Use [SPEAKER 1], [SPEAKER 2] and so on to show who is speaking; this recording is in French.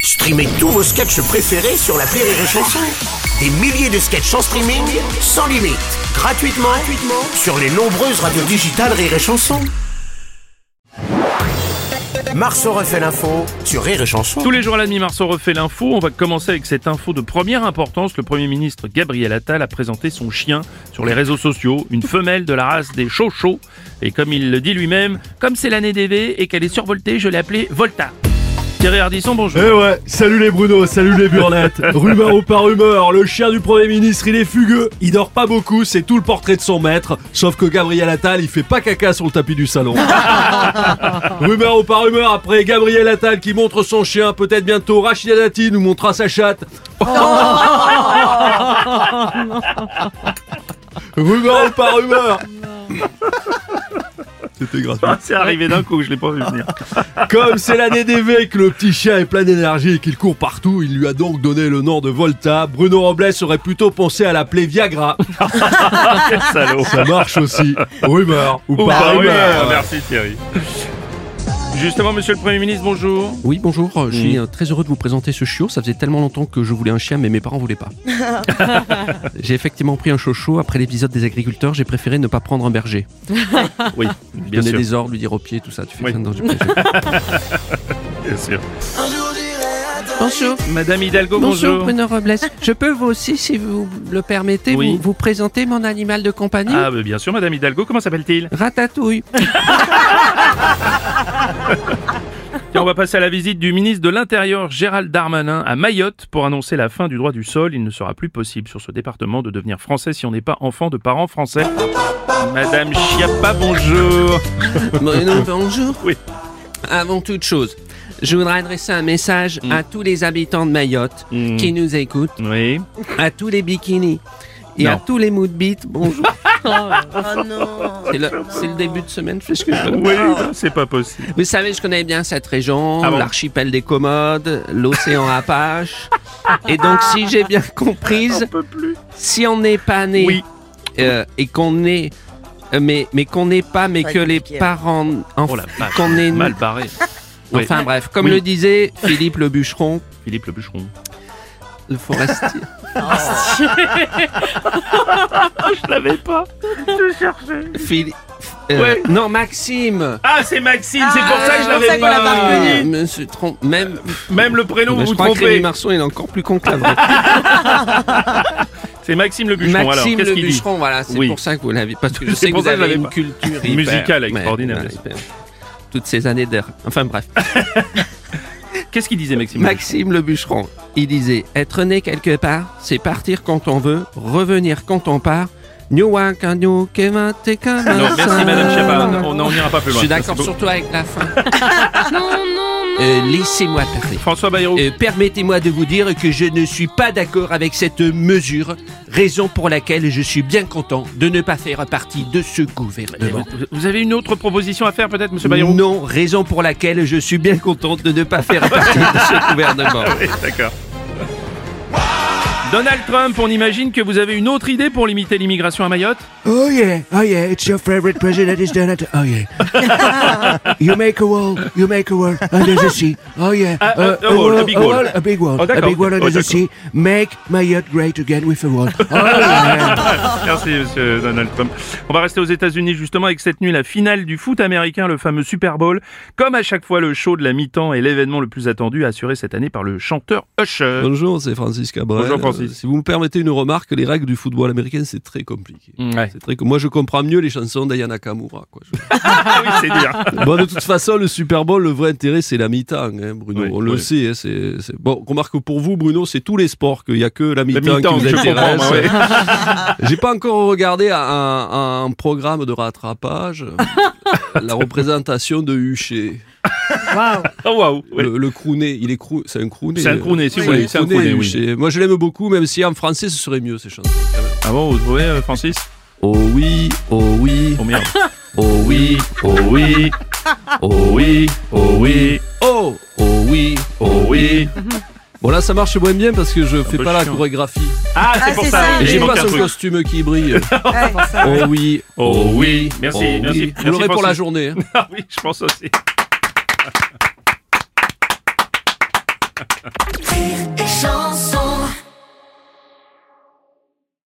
[SPEAKER 1] Streamez tous vos sketchs préférés sur la Rire et Chanson. Des milliers de sketchs en streaming, sans limite, gratuitement, gratuitement sur les nombreuses radios digitales Rire et Chanson. Marceau refait l'info sur Rire et Chanson.
[SPEAKER 2] Tous les jours à la mi-mars, on refait l'info. On va commencer avec cette info de première importance. Le Premier ministre Gabriel Attal a présenté son chien sur les réseaux sociaux, une femelle de la race des chauchots. Et comme il le dit lui-même, comme c'est l'année des V et qu'elle est survoltée, je l'ai appelée Volta. Thierry Ardisson, bonjour.
[SPEAKER 3] Eh ouais, salut les Bruno, salut les Burnettes. rumeur ou par rumeur, le chien du Premier ministre, il est fugueux, il dort pas beaucoup, c'est tout le portrait de son maître. Sauf que Gabriel Attal, il fait pas caca sur le tapis du salon. rumeur ou par rumeur, après Gabriel Attal qui montre son chien, peut-être bientôt Rachida Dati nous montrera sa chatte. rumeur ou par rumeur. C'était gratuit.
[SPEAKER 2] Ah, c'est arrivé d'un coup, je l'ai pas vu venir.
[SPEAKER 3] Comme c'est l'année des V que le petit chien est plein d'énergie et qu'il court partout, il lui a donc donné le nom de Volta. Bruno Robles aurait plutôt pensé à l'appeler Viagra.
[SPEAKER 2] Quel salaud.
[SPEAKER 3] Ça marche aussi. Rumeur ou,
[SPEAKER 2] Ou
[SPEAKER 3] pas
[SPEAKER 2] par
[SPEAKER 3] rumeur.
[SPEAKER 4] Ah,
[SPEAKER 2] rumeur. Ah, Merci Thierry. Justement, monsieur le Premier ministre, bonjour.
[SPEAKER 4] Oui, bonjour. Je suis euh, très heureux de vous présenter ce chiot. Ça faisait tellement longtemps que je voulais un chien, mais mes parents voulaient pas. j'ai effectivement pris un chouchou. Après l'épisode des agriculteurs, j'ai préféré ne pas prendre un berger.
[SPEAKER 2] Oui, bien
[SPEAKER 4] Donner
[SPEAKER 2] sûr.
[SPEAKER 4] des ordres, lui dire au pied, tout ça. Tu fais
[SPEAKER 2] Oui.
[SPEAKER 4] ça dans une-
[SPEAKER 2] Bien sûr.
[SPEAKER 4] Bonjour.
[SPEAKER 2] Madame Hidalgo,
[SPEAKER 4] Bonjour
[SPEAKER 2] bonjour.
[SPEAKER 4] Bruno Robles. Je peux vous aussi, si vous le permettez,
[SPEAKER 2] Oui.
[SPEAKER 4] vous, vous présenter mon animal de compagnie
[SPEAKER 2] Ah, bah, bien sûr, Madame Hidalgo, comment s'appelle-t-il
[SPEAKER 4] Ratatouille.
[SPEAKER 2] Tiens, on va passer à la visite du ministre de l'Intérieur Gérald Darmanin à Mayotte pour annoncer la fin du droit du sol. Il ne sera plus possible sur ce département de devenir français si on n'est pas enfant de parents français. Madame Chiappa, bonjour.
[SPEAKER 4] Bruno, bonjour.
[SPEAKER 2] Oui.
[SPEAKER 4] Avant toute chose, je voudrais adresser un message à tous les habitants de Mayotte
[SPEAKER 2] Mm.
[SPEAKER 4] qui nous écoutent.
[SPEAKER 2] Oui.
[SPEAKER 4] à tous les bikinis et
[SPEAKER 2] Non. Oh,
[SPEAKER 4] à tous les moods beats, bonjour. C'est le, c'est le début de semaine, je fais ce que je veux.
[SPEAKER 2] Oui, Ah, c'est pas possible.
[SPEAKER 4] Vous savez, je connais bien cette région,
[SPEAKER 2] Ah bon
[SPEAKER 4] l'archipel des Commodes, l'océan Apache. Et donc, si j'ai bien comprise, si on n'est pas né
[SPEAKER 2] Oui.
[SPEAKER 4] euh, et qu'on est, euh, mais, mais qu'on n'est pas, mais
[SPEAKER 5] va
[SPEAKER 4] que
[SPEAKER 5] être
[SPEAKER 4] les
[SPEAKER 5] compliqué.
[SPEAKER 4] parents,
[SPEAKER 2] Oh la
[SPEAKER 4] enfin,
[SPEAKER 2] vache,
[SPEAKER 4] qu'on est,
[SPEAKER 2] mal barré. Oui.
[SPEAKER 4] enfin bref, comme
[SPEAKER 2] Oui.
[SPEAKER 4] le disait Philippe le bûcheron,
[SPEAKER 2] Philippe le bûcheron.
[SPEAKER 4] le forestier.
[SPEAKER 2] Je l'avais pas. Je cherchais.
[SPEAKER 4] Philippe- euh,
[SPEAKER 2] Ouais.
[SPEAKER 4] Non, Maxime.
[SPEAKER 2] Ah, c'est Maxime, c'est pour ça que je
[SPEAKER 5] c'est pour ça
[SPEAKER 2] l'avais
[SPEAKER 5] qu'on l'a pas
[SPEAKER 2] pas.
[SPEAKER 4] Ah, Monsieur Trompe, même.
[SPEAKER 2] Même le prénom,
[SPEAKER 4] Mais
[SPEAKER 2] vous
[SPEAKER 4] je
[SPEAKER 2] vous
[SPEAKER 4] crois que Rémi
[SPEAKER 2] trompez.
[SPEAKER 4] Marceau il est encore plus con que la vraie.
[SPEAKER 2] C'est Maxime le bûcheron. alors,
[SPEAKER 4] Maxime
[SPEAKER 2] qu'est-ce
[SPEAKER 4] le
[SPEAKER 2] qu'il dit
[SPEAKER 4] bûcheron, voilà, c'est
[SPEAKER 2] Oui.
[SPEAKER 4] pour ça que vous l'avez. Parce que je
[SPEAKER 2] C'est
[SPEAKER 4] sais que
[SPEAKER 2] pour
[SPEAKER 4] vous
[SPEAKER 2] ça que je
[SPEAKER 4] avez
[SPEAKER 2] l'avais
[SPEAKER 4] une
[SPEAKER 2] pas.
[SPEAKER 4] culture
[SPEAKER 2] Musicale
[SPEAKER 4] hyper- ouais,
[SPEAKER 2] extraordinaire,
[SPEAKER 4] ouais,
[SPEAKER 2] bien
[SPEAKER 4] hyper- Toutes ces années d'air. Enfin bref.
[SPEAKER 2] Qu'est-ce qu'il disait, Maxime le
[SPEAKER 4] Maxime le bûcheron, il disait Être né quelque part, c'est partir quand on veut, revenir quand on part. New York, New Kevin, t'es comme
[SPEAKER 2] bûcheron
[SPEAKER 4] un
[SPEAKER 2] Non, merci,
[SPEAKER 4] saint.
[SPEAKER 2] Madame Chiappa. On n'en ira pas plus
[SPEAKER 4] Je
[SPEAKER 2] loin.
[SPEAKER 4] suis d'accord
[SPEAKER 2] Merci
[SPEAKER 4] surtout avec la fin. Euh, Laissez-moi parler.
[SPEAKER 2] beaucoup. François Bayrou.
[SPEAKER 4] Euh, Permettez-moi de vous dire que je ne suis pas d'accord avec cette mesure, raison pour laquelle je suis bien content de ne pas faire partie de ce gouvernement.
[SPEAKER 2] Vous- Vous avez une autre proposition à faire peut-être, Monsieur Bayrou
[SPEAKER 4] Non, raison pour laquelle je suis bien content de ne pas faire partie de ce gouvernement.
[SPEAKER 6] Ah
[SPEAKER 2] Oui, D'accord. Donald Trump, on imagine que vous avez une autre idée pour limiter l'immigration à Mayotte
[SPEAKER 7] Oh yeah, oh yeah, it's your favorite president is Donald. Oh yeah. you make a wall, you make a wall, and there's a sea. Oh yeah,
[SPEAKER 2] Ah, A- a- a wall, a big wall.
[SPEAKER 7] a big wall,
[SPEAKER 2] Oh,
[SPEAKER 7] a
[SPEAKER 2] d'accord.
[SPEAKER 7] big wall, and
[SPEAKER 2] Oh,
[SPEAKER 7] there's a
[SPEAKER 2] d'accord.
[SPEAKER 7] sea. Make Mayotte great again with a wall. Oh yeah.
[SPEAKER 2] Ah, Merci, Monsieur Donald Trump. On va rester aux États-Unis justement avec cette nuit la finale du foot américain, le fameux Super Bowl. Comme à chaque fois, le show de la mi-temps est l'événement le plus attendu assuré cette année par le chanteur Usher.
[SPEAKER 6] Bonjour, c'est Francis Cabrel.
[SPEAKER 2] Bonjour,
[SPEAKER 6] Euh,
[SPEAKER 2] Francis.
[SPEAKER 6] Si vous me permettez une remarque, les règles du football américain, c'est très compliqué.
[SPEAKER 2] Ouais.
[SPEAKER 6] C'est très com- Moi, je comprends mieux les chansons d'Ayana Kamura. Quoi. Je-
[SPEAKER 2] Ah oui, c'est dire.
[SPEAKER 6] bon, de toute façon, le Super Bowl, le vrai intérêt, c'est la mi-temps, hein, Bruno.
[SPEAKER 2] Oui,
[SPEAKER 6] On le
[SPEAKER 2] oui.
[SPEAKER 6] sait. hein, c'est, c'est- Bon, remarque pour vous, Bruno, c'est tous les sports qu'il n'y a que la mi-temps,
[SPEAKER 2] mi-temps,
[SPEAKER 6] qui vous
[SPEAKER 2] je
[SPEAKER 6] intéresse.
[SPEAKER 2] comprends, ouais.
[SPEAKER 6] J'ai pas encore regardé un, un programme de rattrapage. la représentation de Huchet.
[SPEAKER 2] Oh, waouh. Oui.
[SPEAKER 6] Le, le crooné, il est crou... c'est un crooné.
[SPEAKER 2] C'est un crooné, si vous
[SPEAKER 6] Ouais,
[SPEAKER 2] voulez, c'est un
[SPEAKER 6] crooné,
[SPEAKER 2] crooné, oui.
[SPEAKER 6] Huchet. Moi, je l'aime beaucoup, même si en français, ce serait mieux ces chansons. quand même.
[SPEAKER 2] Ah bon, vous trouvez, euh, Francis
[SPEAKER 6] Oh oui, oh oui,
[SPEAKER 2] Oh merde.
[SPEAKER 6] oh oui, oh oui, oh oui, oh oui, oh, oh oui, oh oui. Bon là ça marche moins bien parce que je fais
[SPEAKER 2] peu
[SPEAKER 6] pas la
[SPEAKER 2] chiant.
[SPEAKER 6] chorégraphie.
[SPEAKER 2] Ah, c'est
[SPEAKER 5] Ah,
[SPEAKER 2] pour
[SPEAKER 5] c'est
[SPEAKER 2] ça.
[SPEAKER 5] ça,
[SPEAKER 6] Et
[SPEAKER 2] il
[SPEAKER 6] j'ai
[SPEAKER 2] manque
[SPEAKER 6] pas
[SPEAKER 2] un
[SPEAKER 6] ce
[SPEAKER 2] truc.
[SPEAKER 6] costume qui brille.
[SPEAKER 5] Ouais.
[SPEAKER 6] Oh oui, oh oui,
[SPEAKER 2] Merci,
[SPEAKER 6] oh oui. Vous
[SPEAKER 2] merci, merci,
[SPEAKER 6] l'aurez pour la
[SPEAKER 2] Francis.
[SPEAKER 6] journée. hein.
[SPEAKER 2] Ah oui, je pense aussi.
[SPEAKER 5] Rire et chanson.